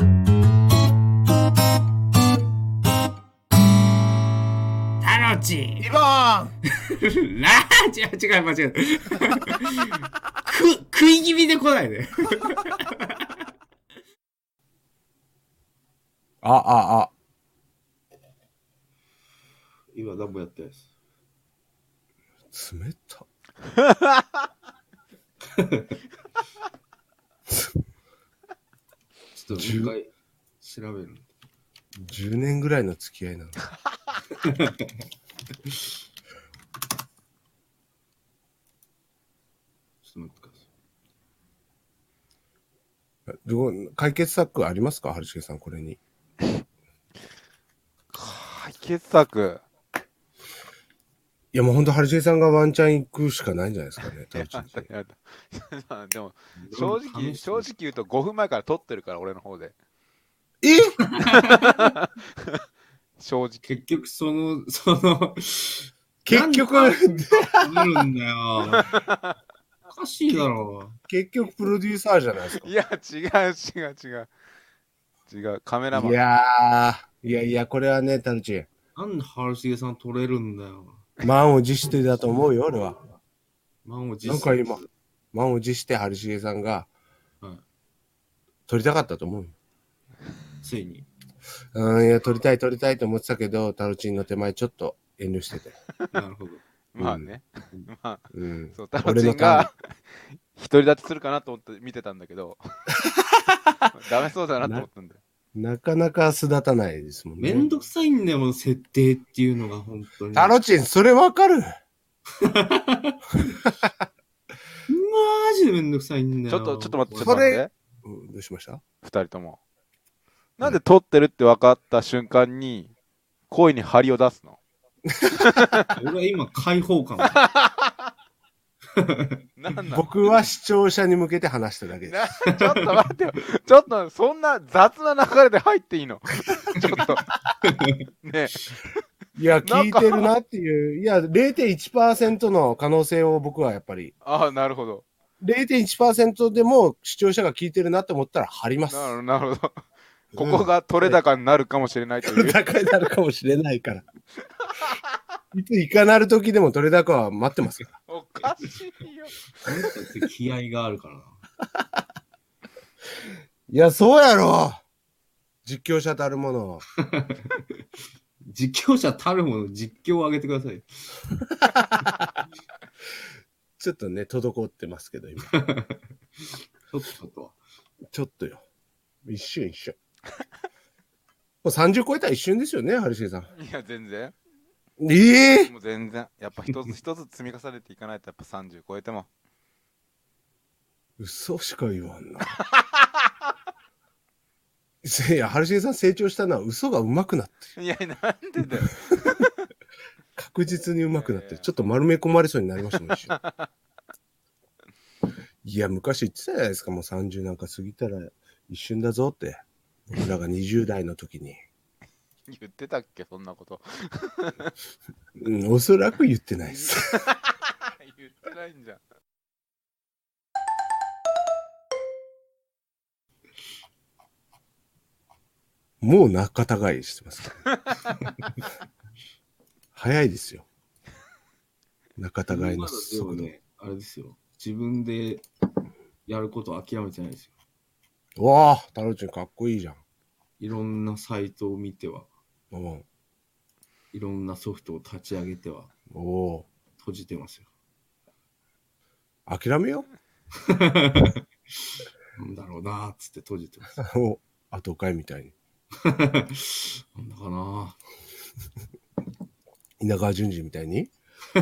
チリボーンラーチ違う、間違えた。 く、食い気味で来ないで。あ、あ、あ。今何もやってないです。冷 た。ちょっともう一回調べる。 10年ぐらいの付き合いなの。ちょっと待ってください。どう解決策ありますか春重さん、これに。解決策。いや、もう本当春重さんがワンチャン行くしかないんじゃないですか ね。多分やだやだ でも、正直、正直言うと5分前から撮ってるから、俺の方で。え正直。結局、その、その、結局なんで食べるんだよ。おかしいだろ結局プロデューサーじゃないですか。いや、違う、違う、違う。違う、カメラマいン。やー、いやいや、これはね、タルチ、う。なんで春重さん取れるんだよ。満を持してだと思うよ、俺は。満を持なんしてか今、満を持して春重さんがはい、撮りたかったと思うよ。ついに。うん、いや、撮りたい、撮りたいと思ってたけど、タルチンの手前ちょっと遠慮してて。なるほど。まあね。まあ、うん。そう、タロ俺チのンが一人立ちするかなと思って見てたんだ けど、ダメそうだなと思ったんだよ。なかなか巣立たないですもんめね。んどくさいんだよ、もう設定っていうのが本当に。タロチン、それわかるマジでめんどくさいんだちよ。ょっと、ちょっと待って、ちょっそとれ待って。うんどうしました二人とも。なんで撮ってるって分かった瞬間に、声に張りを出すの俺は今、解放感。なんなの僕は視聴者に向けて話しただけです。なちょっと待ってよ。ちょっと、そんな雑な流れで入っていいの ちょっと。ねいや、聞いてるなっていう。いや、0.1%の可能性を僕はやっぱり、ああ、なるほど。 0.1%でも視聴者が聞いてるなって思ったら貼ります。なるほど、なるほど。ここが取れ高になるかもしれないと いう。高になるかもしれないから。 いついかなる時でも取れ高は待ってますから。おかしいよ。だって気合があるからな。いや、そうやろ実況者たるもの。実況者たるもの実況を上げてください。ちょっとね、滞ってますけど、今。ちょっとちょっと。ちょっとよ。一瞬一瞬。もう30超えたら一瞬ですよね、春重さん。いや、全然。ええもう全然。やっぱ一つ一つ積み重ねていかないと、やっぱ30超えても。嘘しか言わんな。 いや、春重さん成長したのは嘘が上手くなってる。いや、なんでだよ。確実に上手くなっていやいる。やちょっと丸め込まれそうになりましたもん、一瞬いや、昔言ってたじゃないですか、もう30なんか過ぎたら一瞬だぞって。僕らが20代の時に。言ってたっけ、そんな こと。うん、おそらく言ってないです。言ってないんじゃん。もう仲違いしてますからね。早いですよ。仲違いの速まだで度も。ね、あれですよ。自分でやることを諦めてないですよ。うわあ、タロチンかっこいいじゃん。いろんなサイトを見ては、うん、いろんなソフトを立ち上げては、おお閉じてますよ。ー、諦めよなんだろうなーっつって閉じてます。う。 お後回みたいに。なんだかな稲川淳二みたいに。ー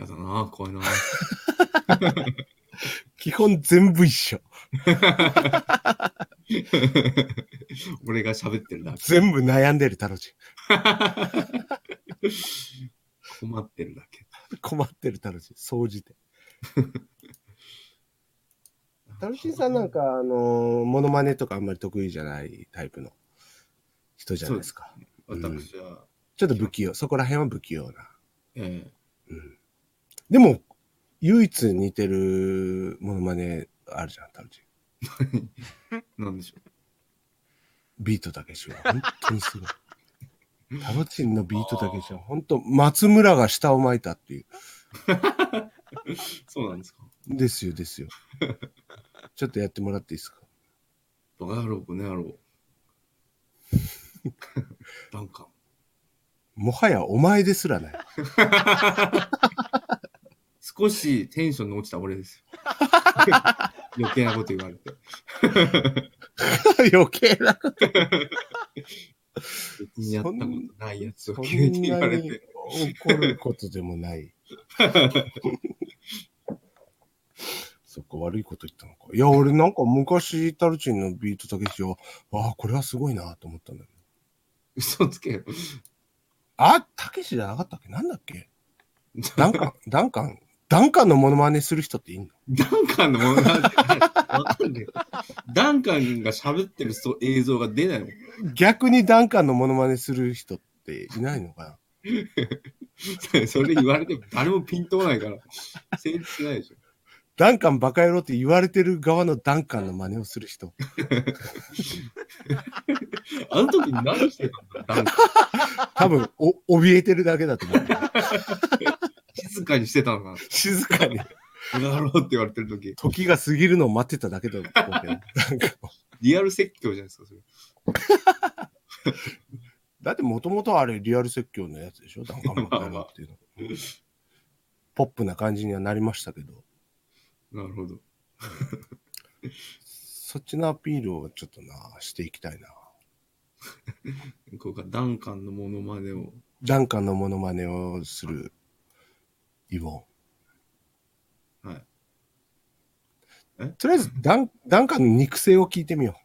やだなー怖いなー基本全部一緒。俺が喋ってるだけ。全部悩んでる、タロチ困ってるだけ。ン。困ってる、タロチン。総じて。タロチンさんなんか、あのー、モノマネとかあんまり得意じゃないタイプの人じゃないですか。私は、ちょっと不器用。そこら辺は不器用な。ええでも、唯一似てるモノマネあるじゃん、タロチン。なんでしょう。ビートたけしは本当にすごい。タロチンのビートだけじゃ、ほんと、松村が下を巻いたっていう。そうなんですか。ですよ、ですよ。ちょっとやってもらっていいですかバカ野郎、この野郎。なんか、もはやお前ですらない。 少しテンションの落ちた俺ですよ。余計なこと言われて。余計な。別にやったことないやつをそん急に言わなれにて。怒ることでもない。 そっか、悪いこと言ったのか。いや、俺なんか昔、タルチンのビートたけしを、わあ、これはすごいなと思ったんだけど。嘘つけよ。あ、たけしじゃなかったっけなんだっけダンカ ン、ダンカン、ダンカンのモノマネする人っていいのダンカンのものなんてないわかんねえダンカンが喋ってるそ映像が出ないもん。逆にダンカンのモノマネする人っていないのかなそれ言われても誰もピンとこないから。成立しないでしょ。ダンカンバカ野郎って言われてる側のダンカンの真似をする人。あの時何してたんだダンカン。多分、お、怯えてるだけだと思 う。 静かにしてたのかな。静かに。やろうって言われてる時。時が過ぎるのを待ってただけだと思うけど。なんかリアル説教じゃないですか、それ。だってもともとあれリアル説教のやつでしょダンカンバカ野郎っていうの。ポップな感じにはなりましたけど、なるほど。そっちのアピールをちょっとな、していきたいな。こうか、ダンカンのモノマネを。ダンカンのモノマネをするイボン。はいえとりあえずダン、ダンカンの肉声を聞いてみよ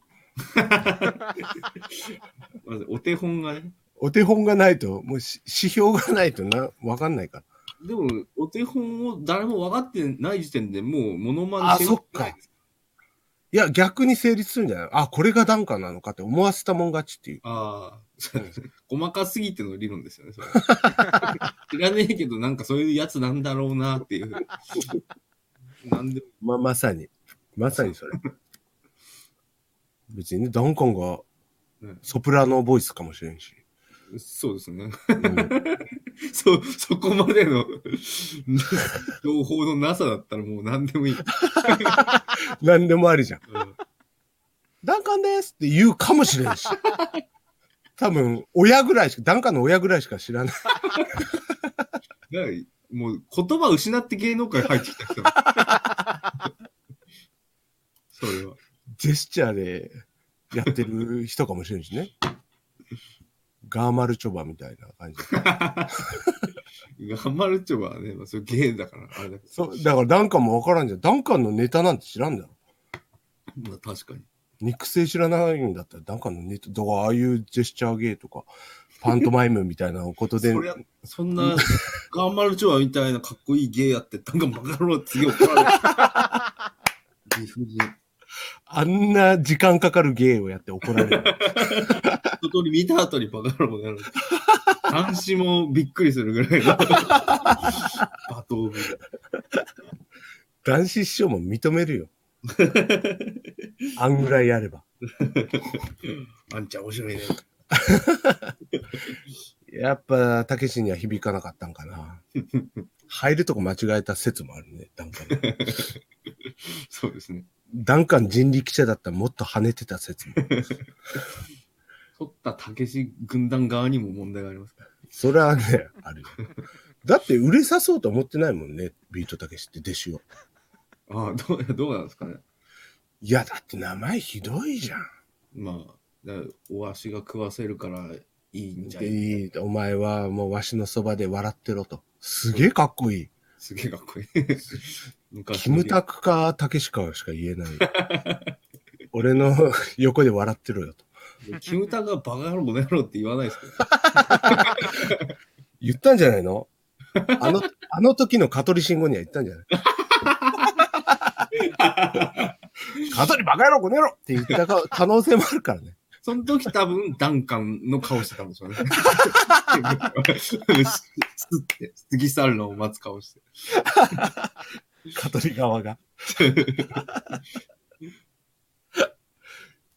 まずお手本がね。う。お手本がないと、もうし指標がないとな、わかんないから。でも、お手本を誰も分かってない時点でもうモノマネあ成立そっかしないです。いや、逆に成立するんじゃないあ、これがダンカンなのかって思わせたもん勝ちっていう。ああ、細かすぎての理論ですよね、それ 知らねえけど、なんかそういうやつなんだろうなっていう。なんでま、まさに。まさにそれ。 別にね、ダンカンがうんソプラノボイスかもしれんし。そうですね。 うんそ、そこまでの 情報のなさだったらもう何でもいい。何でもありじゃん。うんダンカンですって言うかもしれんし。多分、親ぐらいしか、ダンカンの親ぐらいしか知らない。だからもう言葉失って芸能界入ってきた人。 それは。ジェスチャーでやってる人かもしれんしね。ガーマルチョバみたいな感じ。頑張るっちょはね、まあ、それ芸だから、あれだけそう、だからダンカンもわからんじゃん。ダンカンのネタなんて知らんだろ。ど。まあ確かに。肉声知らないんだったら、ダンカンのネタ、だからああいうジェスチャー芸とか、パントマイムみたいなことでそ、りゃ、そんな、頑張るちょはみたいなかっこいい芸やって、なんかバカ野郎ってすげえ怒られ る。理不尽。あんな時間かかる芸をやって怒られる。一通り見た後にバカ野郎になる。監視もびっくりするぐらいの。 罵倒みたいな男子師匠も認めるよ。あんぐらいやれば。あんちゃん面白いね。やっぱ、たけしには響かなかったんかな。入るとこ間違えた説もあるね、ダンカン。そうですね。ダンカン人力車だったらもっと跳ねてた説も。取ったたけし軍団側にも問題がありますから。それはね、あるよ。だって売れさそうと思ってないもんね、ビートたけしって弟子を。ああ、どう、 どうなんですかね。いや、だって名前ひどいじゃん。まあ、だからお足が食わせるからいいんじゃないいいお前はもうわしのそばで笑ってろと。すげえかっこいい。すげえかっ こいい。昔キムタクかたけしかしか言えない。 俺の 横で笑ってろよと。キムタクがバカ野郎この野郎って言わないですけど。言ったんじゃないのあ の、あの時の香取慎吾には言ったんじゃない 香取バカ野郎この野郎って言ったか可能性もあるからね。その時多分、ダンカンの顔してたんでしょう ね。すって、過ぎ去るのを待つ顔して。香取側 が。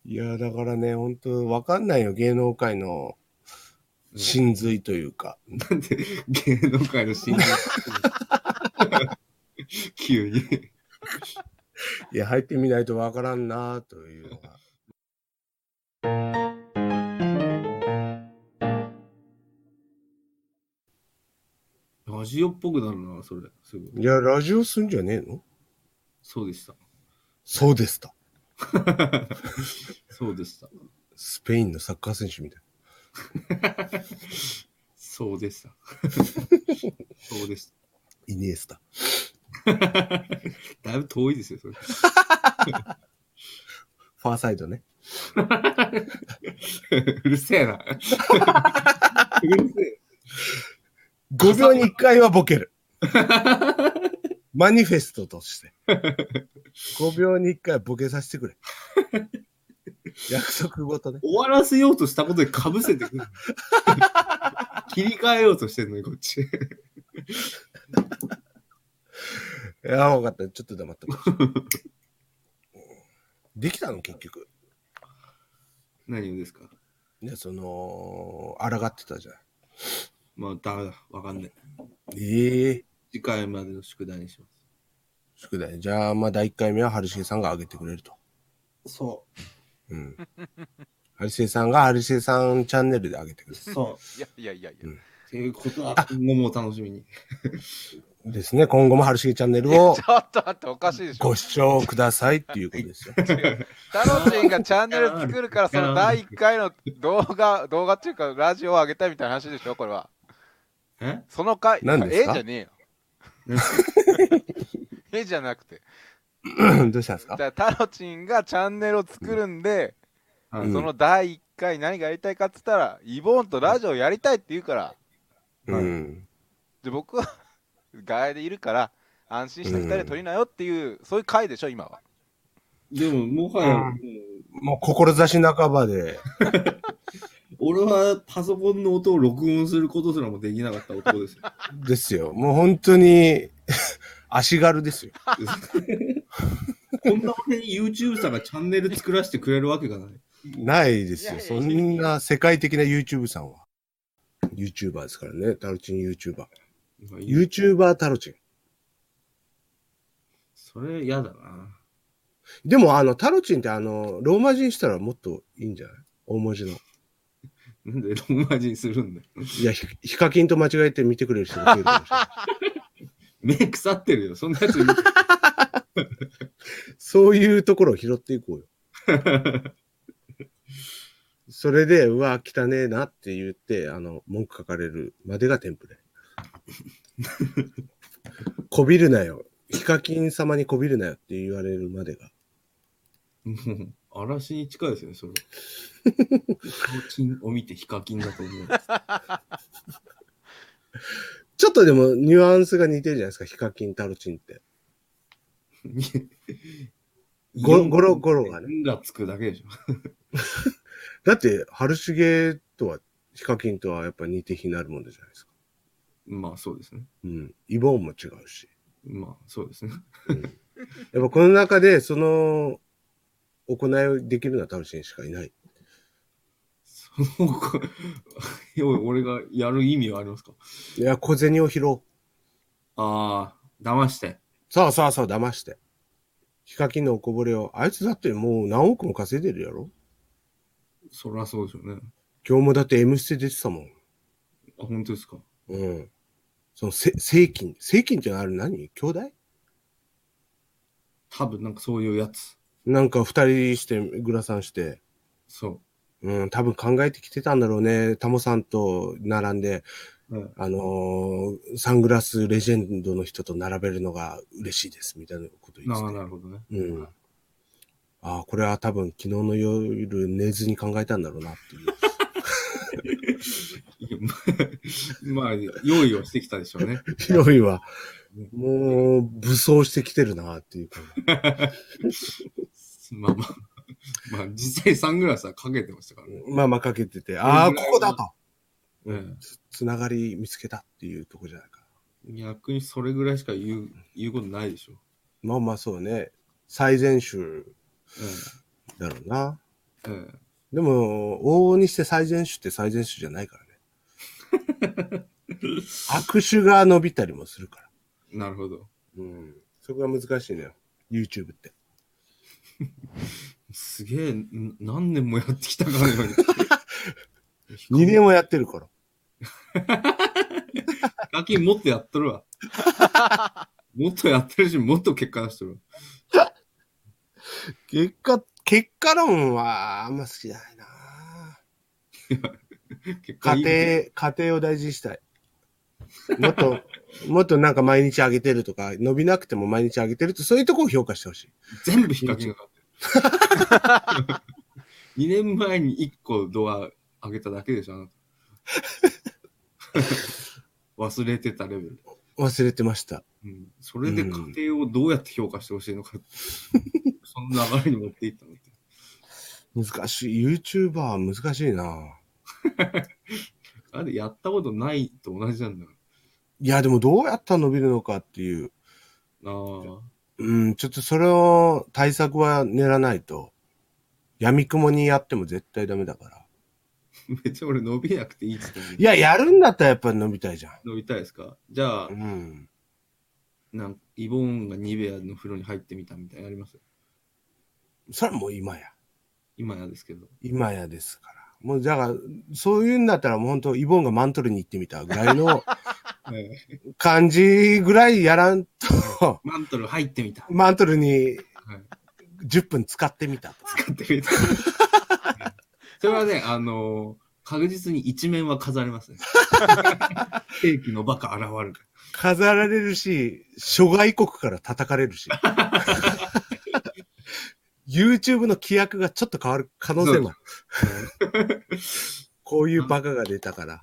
いや、だからね、本当わかんないよ、芸能界の真髄というか。なんで芸能界の新人 急に。いや、入ってみないとわからんなというのが。ラジオっぽくなるな、それ。すごい。いや、ラジオすんじゃねえのそうでした。そうでした。そうでした。スペインのサッカー選手みたい。そうで した。そうでしイニエスタ。た。 だいぶ遠いですよ、それ。 ファーサイドね。うるせ えな。うるせえ。 5秒に1回はボケ る。マニフェストと して。5秒に1回はボケさせて くれ。約束ごとね。終わらせようとしたことにかぶせてくる。 切り替えようとしてんのに、こっち。いや、わかった。ちょっと黙ってました。 できたの結局。何をですかね、その、抗ってたじゃん。まあ、だめだ。わかんない。ええ次回までの宿題にしま宿題。じゃあ、まあ、第1回目は春重さんが上げてくれると。す。そうん。 春重さんが春重さんチャンネルで上げてくれる。う。そいやいやいやいや。う。っていうことは、今後もお楽しみに。ですね。今後も春重チャンネルをちょっと待って、おかしいでしょご。視聴くださいっていうことですよ。タロチンがチャンネル作るから、その第1回の動画、動画っていうか、ラジオを上げたいみたいな話でしょ、これは。えその回、何ですかええじゃねえよ。 ええじゃなくて。 どうしたんですかだからタロチンがチャンネルを作るんで、はうんいその第1回何がやりたいかっつったら、イボーンとラジオやりたいって言うから、うん。で僕は ガヤでいるから、安心して2人で撮りなよっていう、そういう回でしょ、今は。でも、もはや、うんもうもう志半ばで、俺はパソコンの音を録音することすらもできなかった男 ですよ。ですよ。もう本当に、 足軽ですよ。こんな俺に YouTuber がチャンネル作らせてくれるわけがない。 ないですよ。いやいそやんな世界的な YouTube さんは。YouTuber ですからね。タロチン YouTuber。今 YouTuber タロチン。それ嫌だな。でも、あの、タロチンってあの、ローマ字にしたらもっといいんじゃない大文字の。なんでローマ字にするんだよ。いや、ヒヒカキンと間違えて見てくれる人が増えるかもしれない。目腐ってるよ。そんなやついるそういうところを拾っていこうよ。それで、うわ、汚ねえなって言って、あの、文句書かれるまでがテンプレ。こびるなよ。ヒカキン様にこびるなよって言われるまでが。もう嵐に近いですよね、それ。ヒカキンを見てヒカキンだと思う。ちょっとでもニュアンスが似てるじゃないですか、ヒカキン、タロチンって。ゴゴロゴロがねね。がつくだけでしょ。だって、春重とは、ヒカキンとはやっぱ似て非なるもんじゃないですか。まあそうですね。うん。イボーンも違うし。まあそうですね。やっぱこの中で、その、行いをできるのはタロチンしかいない。その子俺がやる意味はありますかいや、小銭を拾おう。ああ、騙して。そうそうそう、騙して。ヒカキンのおこぼれを、あいつだってもう何億も稼いでるやろそりゃそうでしょうね。今日もだって M ステ出てたもん。あ、本当ですか。うん。その、せ、正金。正金ってあれ何兄弟多分なんかそういうやつ。なんか二人して、グラサンして、そうん、多分考えてきてたんだろうね。タモさんと並んで、う。うんあのーサングラスレジェンドの人と並べるのが嬉しいです、みたいなこと言なあってなるほどね。て。うん。ああ、これは多分昨日の夜寝ずに考えたんだろうなっていう。いや まあまあ、用意をしてきたでしょうね。ヒロイは、もう、武装してきてるなっていうか。まあまあ、まあ実際サングラスはかけてましたからね。まあまあかけてて、ああ、ここれこぐらいだはと。うん、つながり見つけたっていうとこじゃないか。逆にそれぐらいしか言う言うことないでしょ。まあまあそうね。最善手だろうな。うんうんでも、往々にして最善手って最善手じゃないからね。握手が伸びたりもするから。なるほど。うん。そこが難しいのよ。YouTube って。すげえ、ん何年もやってきたかのように。 2年もやってるから。課金もっとやっと るわ。もっとやってるし、もっと結果出してるわ。結果、結果論はあんま好きじゃないな結果いい家庭、家庭を大事にしたい。もっと、 もっとなんか毎日上げてるとか、伸びなくても毎日上げてると、そういうとこを評価してほしい。全部ヒカキンが勝 ってる。2年前に1個ドア上げただけでしょ、あなた忘れてたレベル。忘れてました。うん、それで家庭をどうやって評価してほしいのか、その流れに持っていったのって。難しい。YouTuber は難しいなあれ、やったことないと同じなんだかいや、でもどうやったら伸びるのかっていう。ら。ああ。うん、ちょっとそれを対策は練らないと、闇雲にやっても絶対ダメだから。別に俺伸びなくていいっつってんのにいや、やるんだったらやっぱり伸びたいじゃ伸びたいですかじゃあん。う、ん。なんイボーンがニベアの風呂に入ってみたみたいなのありますそれはもう今や。今やですけど。今やですから。もう、だから、そういうんだったらもう本当、イボンがマントルに行ってみたぐらいの感じぐらいやらんと、 マントル入ってみた。マントルにはい10分使ってみたと。使って みた。それはね、あのー確実に一面は飾れま すね。ケーキのバカ現れる。飾られるし、諸外国から叩かれるし。YouTube の規約がちょっと変わる可能性もある。 こういうバカが出たから、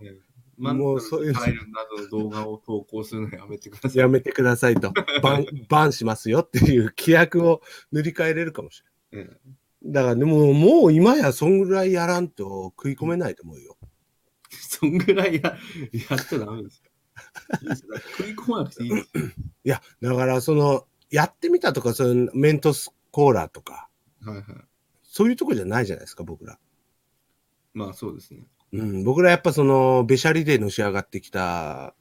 マンもうトそういルうに入るなどの動画を投稿するのやめてください。やめてくださ いと、バン、バンしますよっていう規約を塗り替えれるかもしれない。うんだからでも、もう今やそんぐらいやらんと食い込めないと思うよ。そんぐらいややっちゃダメですよ。いいですよだから食い込まなくていいですよ。いや、だからその、やってみたとか、そのメントスコーラとか、はいはい。そういうとこじゃないじゃないですか、僕ら。まあそうですね。うん、僕らやっぱその、べしゃりでのし上がってきた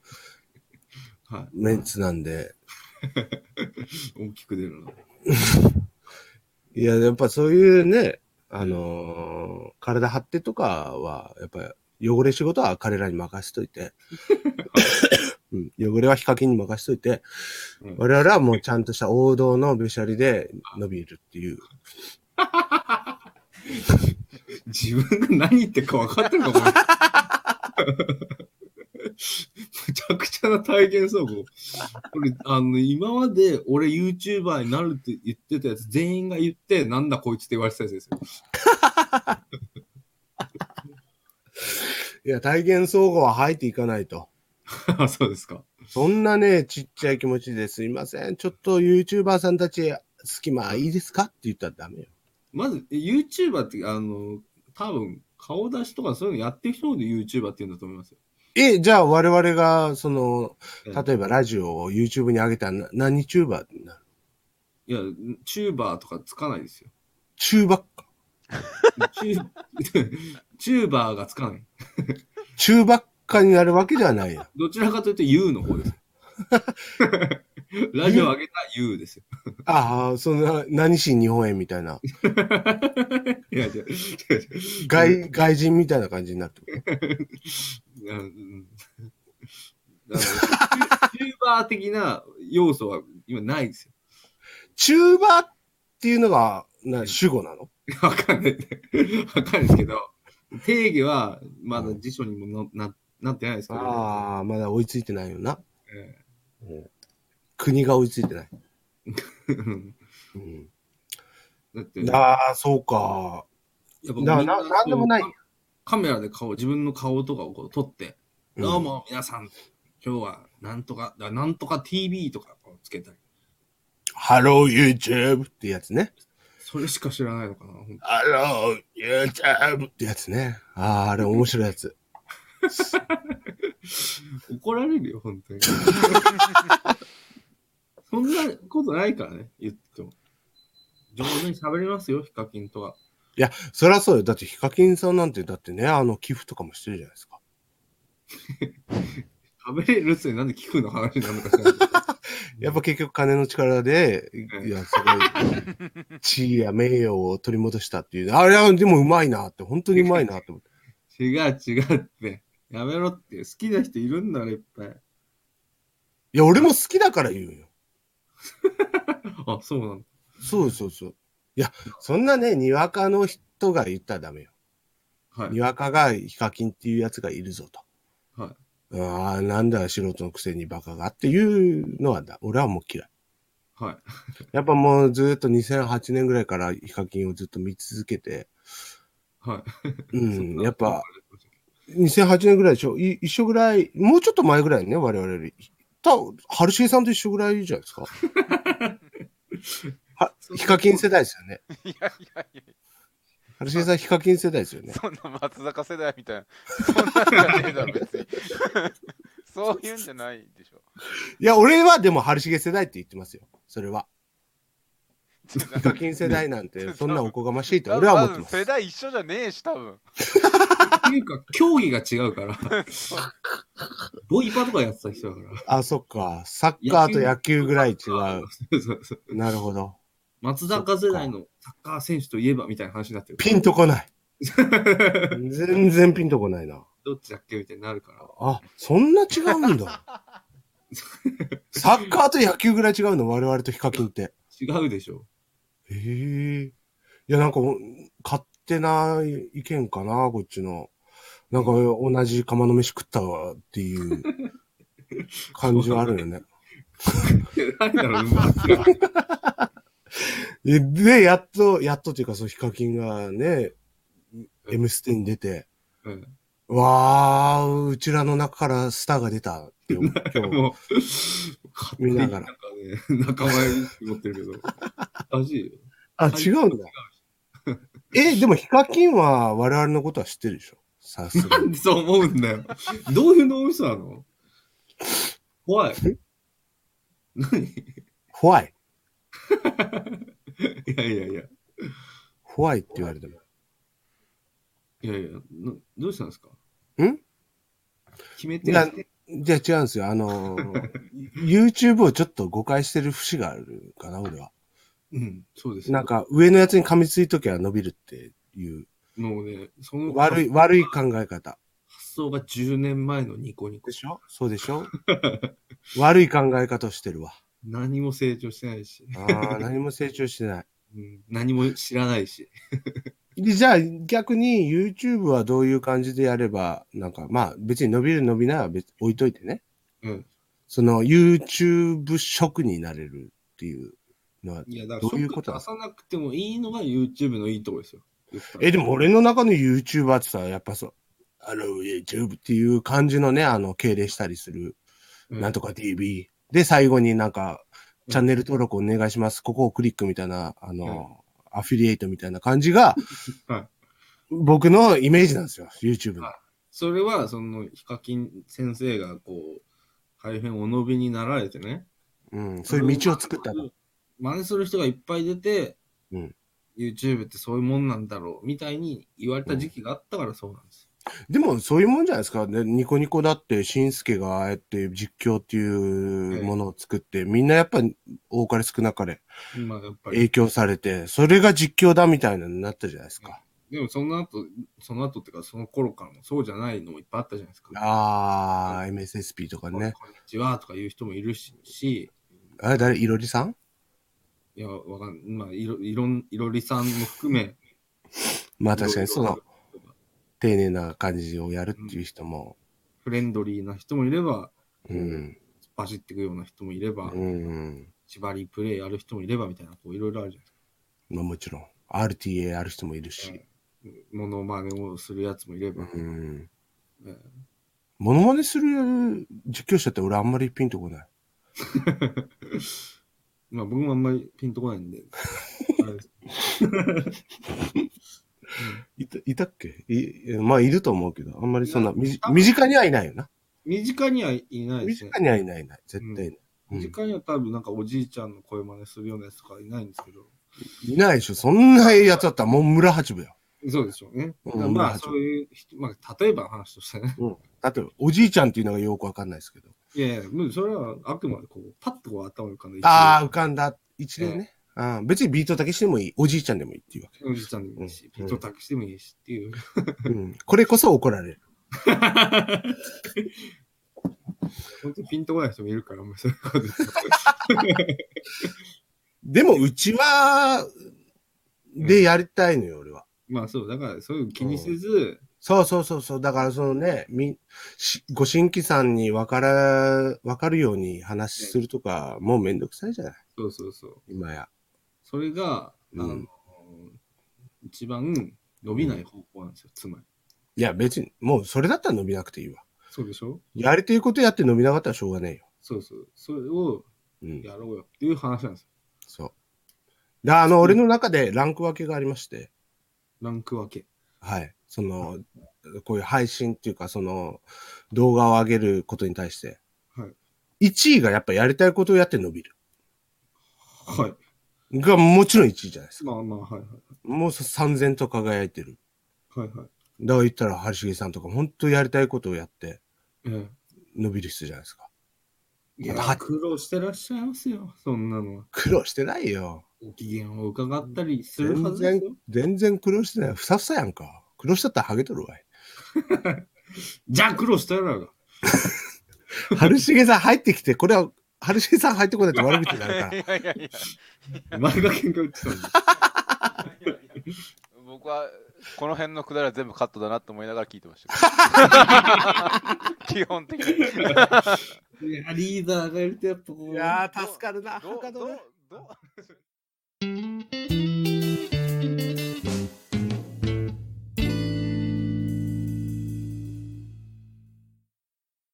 はメンツなんで、い。大きく出るな。いや、やっぱそういうね、あのー体張ってとかは、やっぱり汚れ仕事は彼らに任せといて、 うん、汚れはヒカキンに任せといて、うん我々はもうちゃんとした王道のべしゃりで伸びるっていう。自分が何言ってるか分かってるかも。お前むちゃくちゃな体験走行。これ、あの、今まで俺 YouTuber になるって言ってたやつ全員が言って、なんだこいつって言われてたやつですよ。 いや、体験総合は入っていかないと。あそうですか。そんなね、ちっちゃい気持ちですいません。ちょっと YouTuber さんたち、隙間いいですかって言ったらダメよ。まず、YouTuber って、あの、多分、顔出しとかそういうのやってる人で YouTuber って言うんだと思いますよ。え、じゃあ我々が、その、うん例えばラジオを YouTube に上げたらな何 YouTuber になるいや、チューバーとかつかないですよ。チューバッカ。チューチューバーがつかない。チューバッカになるわけではないや。どちらかというと U の方です。ラジオ上げた U ですよ。ああ、そんな、何し日本円みたい な、いや、違う違う違う。外、外人みたいな感じになってくる。うんうんあのチュチューバー的な要素は今ないですよ。チューバーっていうのが、な、主語なのわかんない。わかんないですけど、定義はまだ辞書にもなななってないですけど、ああ、まだ追いついてないよな。え国が追いついてない。えうんうん、 だって、やっああ、そうか。ぱみんななこうなんでもないカメラで顔、自分の顔とかをこう撮って、どうも皆さん、今日はなんとか、だなんとか TV とかをつけたり、ハロー YouTube ってやつね。それしか知らないのかな、本ハロー YouTube ってやつね。ああ、あれ面白いやつ。当に怒られるよ、本当 に。そんなことないからね、言っても。上手に喋りますよ、ヒカキンとか。いや、そりゃそうよ。だってヒカキンさんなんて、だってね、あの、寄付とかもしてるじゃないですか。食べれるっつってなんで聞くの話なのかし らんけど。やっぱ結局金の力で、うんいや、すごい、地位や名誉を取り戻したっていう。あれはでもうまいなって、本当にうまいなって思って。違う違うって。やめろって。好きな人いるんだからいっぱい。いや、俺も好きだから言うよ。あ、そうなんだ。そうそうそう。いや、そんなね、にわかの人が言ったらダメよ。はい。にわかがヒカキンっていうやつがいるぞと。はいああ、なんだ、素人のくせにバカがっていうのはだ、俺はもう嫌い。はい。やっぱもうずっと2008年ぐらいからヒカキンをずっと見続けて、はい。 うん、やっぱ、2008年ぐらいでしょい一緒ぐらい、もうちょっと前ぐらいね、我々より。た、春重さんと一緒ぐらいじゃないです か。はヒカキン世代ですよね。いやいやい春重さんヒカキン世代ですよねや、。そんな松坂世代みたいな。そんなんじゃねえだろ、別に。 そういうんじゃないでしょ。いや、俺はでも春重世代って言ってますよ。それは。ヒカキン世代なんて、そんなおこがましいって多 俺は思って分ます。世代一緒じゃねえし、多分。っていうか、競技が違うから。ボイパとかやってた人だから。あ、そっか。サッカーと野球ぐらい違う。そうそうそう。なるほど。松坂世代のサッカー選手といえばみたいな話になってる。ピンとこない。全然ピンとこないな。どっちだっけみたいになるから。あ、そんな違うんだ。 サッカーと野球ぐらい違うの我々とヒカキンって。違うでしょ。 へえ。いや、なんか、勝手な意見かな、こっちの。なんか、同じ釜の飯食ったわっていう感じはあるよね。何だろう、うまくえで、やっと、やっとっていうか、そう、ヒカキンがね、M ステに出て、うんわー、うちらの中からスターが出たって、 今日、もう、勝手に見ななんがかねら、仲間入り持ってるけど。おかしいよ。あ、違うん だ。え、でもヒカキンは我々のことは知ってるでしょさすがなん に。でそう思うんだよ。どういう脳みそなの怖い。何いホワイ。やいやいや。ホワイって言われても。いやいや、などうしたんですかん決めていやじゃあ違うんですよ。あのー、YouTube をちょっと誤解してる節があるかな、俺は。うん、そうですよ。なんか、上のやつに噛みついときは伸びるっていう、もうね、その悪い、悪い考え方。発想が10年前のニコニコで。しょそうでし ょ悪い考え方をしてるわ。何も成長してないし、 ああ、何も成長してない。うん、何も知らないし。で、じゃあ逆に YouTube はどういう感じでやれば、なんかまあ別に伸びる伸びないは別置いといてね。うん。その YouTube 職になれるっていうのは。いや、だどういうこと職出さなくてもいいのが YouTube のいいとこですよ。言ったらえ、でも俺の中の YouTuber って言ったらやっぱそう、あの YouTube っていう感じのね、あの敬礼したりする、うんなんとか TV。で、最後になんか、うんチャンネル登録お願いします。ここをクリックみたいな、あの、アフィリエイトみたいな感じが はい、僕のイメージなんですよ、YouTube のは。それは、その、ヒカキン先生が、こう、大変お伸びになられてね。うん、そういう道を作ったの。真似する人がいっぱい出て、うん YouTube ってそういうもんなんだろう、みたいに言われた時期があったからそうなんです。でも、そういうもんじゃないですか。ね、ニコニコだって、しんすけがああやって実況っていうものを作って、みんなやっぱ多かれ少なかれ今やっぱり。影響されて、それが実況だみたいなのになったじゃないですか。でもその後、その後っていうか、その頃からもそうじゃないのもいっぱいあったじゃないですか。あー、MSSP とかね。こんにちはとか言う人もいるし、しあれ誰いろりさんいや、わかんまあ、いろ、いろん、いろりさんも含め。まあ確かにそいろのい、ろ丁寧な感じをやるっていう人も。フレンドリーな人もいれば、うん。バシっていくような人もいれば、うん。縛りプレイやる人もいればみたいな、こういろいろあるじゃないまあもちろん。RTA やる人もいるし。ですか。モノマネをするやつもいれうば。ん。えーモノマネする実況者って俺あんまりピンとこない。まあ僕もあんまりピンとこない んで。あれですいたいたっけいいまあ、いると思うけど、あんまりそんな、いやみじ多分身近にはいないよな。身近にはいないで身すね近。にはいないいない、絶対いない。うん身近には多分なんかおじいちゃんの声真似するようなやつとかいないんですけど。いないでしょ。そんなやつだったらもう村八部よ。そうでしょうね。うんまあ、そういう人、まあ、例えばの話としてね。 うん。例えば、おじいちゃんっていうのがよくわかんないですけど。いやいや、もうそれはあくまでこう、パッとこう頭に浮かんで、ああ、浮かんだ。一例ね。ああ別にビートだけしてもいい。おじいちゃんでもいいっていうわおじちゃんでもいいし、うピんットタクしてもいいしっていう。け。うん。これこそ怒られる。本当にピンとこない人もいるから、もうそういうことです。でも、うちは、でやりたいのよ、俺は。まあそう、だからそういうの気にせず、そうそうそうそう。だからそのね、み、しご新規さんに分から、分かるように話するとか、もうめんどくさいじゃないそうそうそう。今や。それが、あの、うん一番伸びない方向なんですよ、つまり。いや別に、もうそれだったら伸びなくていいわ。そうでしょやりていうことやって伸びなかったらしょうがねえよ。そうそう。それをうん。やろうよっていう話なんですよ。そう。だからあの、俺の中でランク分けがありまして、ランク分け。はい。その、こういう配信っていうか、その、動画を上げることに対して。。はい1位がやっぱやりたいことをやって伸びる。はい。がもちろん1位じゃないですか。まあまあ、はいもう3000と輝いてる。はい。はいはい。だから言ったら、春重さんとか、本当やりたいことをやって、ええ伸びる人じゃないですか。いやまた、苦労してらっしゃいますよ、そんなのは。苦労してないよ。ご機嫌を伺ったりするは全ずです然よ。、全然苦労してない。ふさふさやんか。苦労したったらハゲとるわい。じゃあ苦労したやろうが。春重さん入ってきて、これは、春重さん入ってこないと悪口になるから。 いやいやいや、お前が喧嘩打ってたんだ。僕はこの辺のくだりは全部カットだなと思いながら聞いてました。基 本的に。いや、 リーダーがいるとやっぱこう。ー助かるなどうどうどう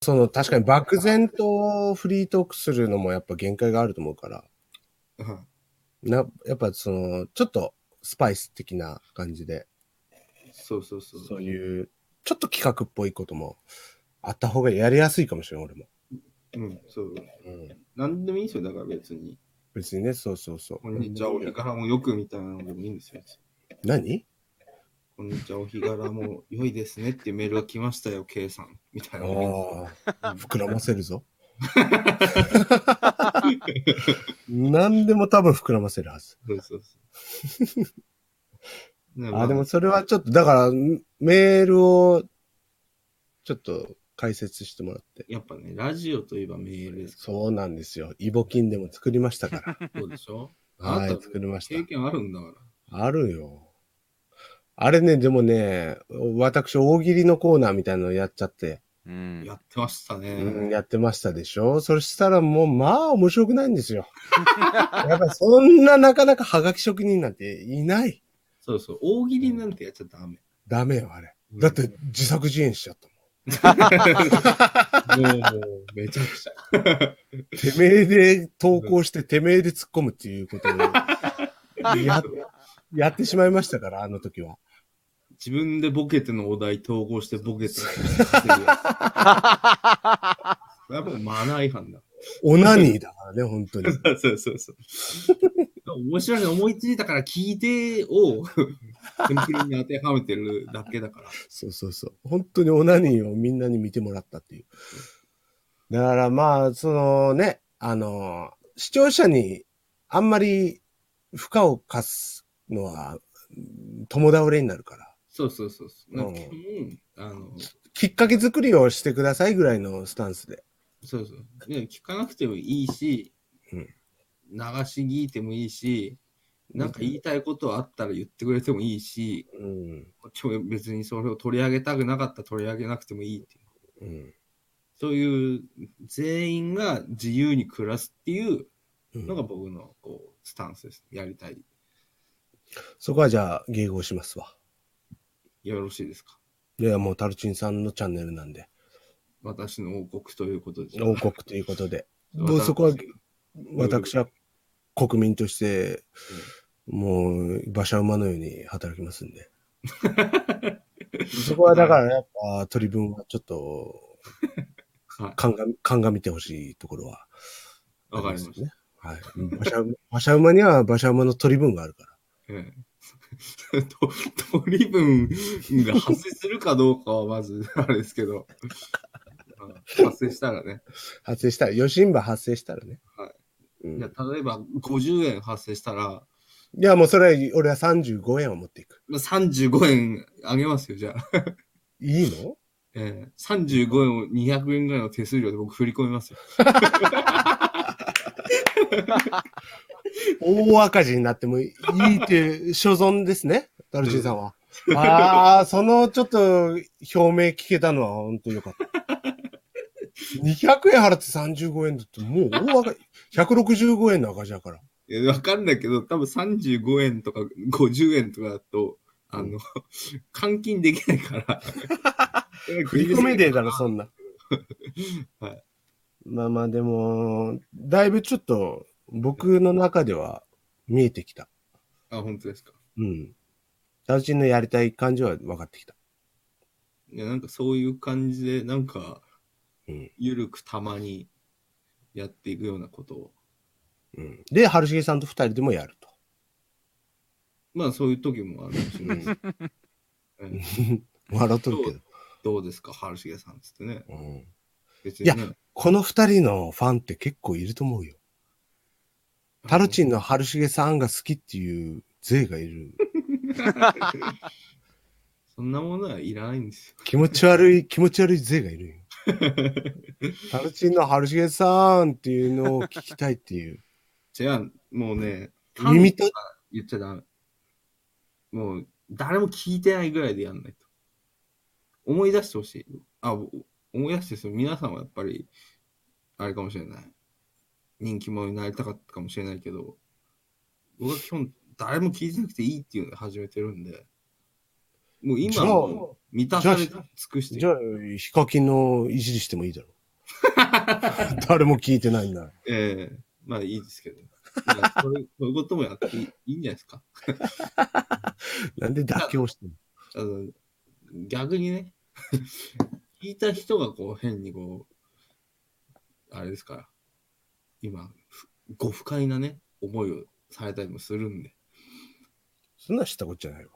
その、確かに漠然とフリートークするのもやっぱ限界があると思うから、はいな、やっぱその、ちょっとスパイス的な感じで、そうそうそう。そういう、ちょっと企画っぽいこともあった方がやりやすいかもしれん、俺も。うん、そう。うん。なんでもいいんですよ、だから別に。別にね、そうそうそう。こんにちは、お日柄もよくみたいなのでもいいんですよ。何こんにちは、お日柄も良いですねっていうメールが来ましたよ、K さん。みたいなのがいいんですよ。ああ、膨らませる ぞ。何でも多分膨らませるはず。そうそうそう。ねまあ、でもそれはちょっと、だから、んメールを、ちょっと解説してもらって。やっぱね、ラジオといえばメールですか。そうなんですよ。イボキンでも作りましたからそうでし ょら。はい、あなた作りました経。験あるんだから。あるよ。あれね、でもね、私、大喜利のコーナーみたいなのやっちゃって、うんやってましたね。うんやってましたでしょそしたらもう、まあ、面白くないんですよ。 やっぱりそんななかなかハガキ職人なんていない。そうそう。大喜利なんてやっちゃダメ。ダメよ、あれ。だ って、自作自演しちゃったももう、もうめちゃくちゃ。ん。てめえで投稿して、てめえで突っ込むっていうことをややってしまいましたから、あの時は。自分でボケてのお題統合してボケて。やっぱマナー違反だ。オナニーだからね、本当に。そうそうそう。面白いの思いついたから聞いてをテンプレに当てはめてるだけだから。そうそうそう。本当にオナニーをみんなに見てもらったっていう。だからまあ、そのね、あの、視聴者にあんまり負荷を課すのは、うん共倒れになるから。そうそうそうそう。なんかうんうんあの、きっかけ作りをしてくださいぐらいのスタンスで。そうそう。ね、聞かなくてもいいし、うん流し聞いてもいいし、なんか言いたいことあったら言ってくれてもいいし、うん。こっちも別にそれを取り上げたくなかったら取り上げなくてもいいっていう。うん。そういう全員が自由に暮らすっていううんのが僕のこうスタンスです。やりたい。そこはじゃあ、迎合しますわ。よろしいですかいや、もう、タルチンさんのチャンネルなんで、私の王国ということで。王国ということで、私もうそこは私は国民として、もう、馬車馬のように働きますん で。そこはだから、やっぱ、取り分はちょっと、はい鑑み鑑みてほしいところは、わかりました。はい。馬車馬車馬には馬車馬の取り分があるから。ええ と取り分が発生するかどうかはまず、あれですけど。 うん発生したらね。発生したら、余震波発生したらね。はいうん。じゃあ例えば50円発生したら、いや、もうそれは、俺は35円を持っていく。まあ35円あげますよ、じゃあ。いいのええ35円を200円ぐらいの手数料で僕振り込みますよ。大赤字になってもいいっていう所存です ね、ダルチンさんは。ああ、そのちょっと表明聞けたのは本当によかった。200円払って35円だってもう大赤字、165円の赤字だから。いやわかんないけど、多分35円とか50円とかだと、あの、 換金できないから。 振り込めでだろ、そんな。はいまあまあ、でも、だいぶちょっと僕の中では見えてきた。 あ、本当ですか。うん。ダルチンのやりたい感じは分かってきた。いや、なんかそういう感じで、なんかうん、ゆるくたまにやっていくようなことを。うん。で、春重さんと二人でもやると。まあそういう時もあるかもしれないです。ええ笑っとるけど。 どうですか、春重さんっつってね。うん別にね。この二人のファンって結構いると思うよ。タロチンの春重さんが好きっていう勢がいる。 そんなものはいらないんです気持ち悪い、気持ち悪い勢がいるよ。タロチンの春重さんっていうのを聞きたいっていう。よ。じゃあ、もうね、耳と、言っちゃダメ。もう、誰も聞いてないぐらいでやんないと。思い出してほしい。あ、お思い出してその皆さんはやっぱり、あれかもしれない。人気者になりたかったかもしれないけど、僕は基本、誰も聞いてなくていいっていうので始めてるんで、もうじ今ゃあもう満たされじ尽くしてじゃあ、ヒカキンのいじりしてもいいだろ。誰も聞いてないんだ。ええまあいいですけど。まあそういうそういうこともやっていいいいんじゃないですか。なんで妥協してんのあの、逆にね、 聞いた人がこう変にこう、あれですから、今、ふご不快なね、思いをされたりもする んで。そんなしたこっちゃないわ。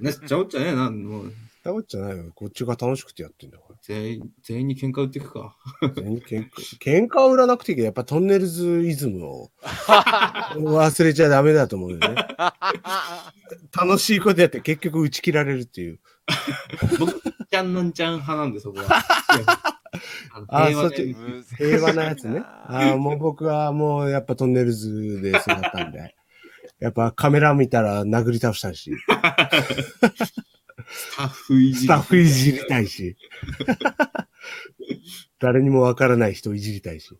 なしちゃおっちゃねえな、もう、したこっちゃないわ。こっちが楽しくてやってんだから。全員、全員に喧嘩売っていくか。全然喧嘩、喧嘩を売らなくていいけど、やっぱトンネルズイズムを忘れちゃダメだと思うよね。楽しいことやって結局打ち切られるっていう。僕、ちゃんなんちゃん派なんで、そ こは。あ平和そっでち 難しい 平和なやつね。ああ、もう僕はもうやっぱトンネルズで育ったんで。やっぱカメラ見たら殴り倒したいし、スタッフいスじタるッ。フいじりたいし、誰にもわからない人いじりたいし。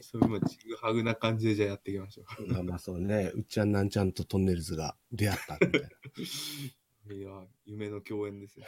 そういう、まあちぐはぐな感じでじゃあやっていきましょまあまあそうね、うっちゃんなんちゃんとトンネルズが出会ったみたいな。う。いや、夢の共演ですよ。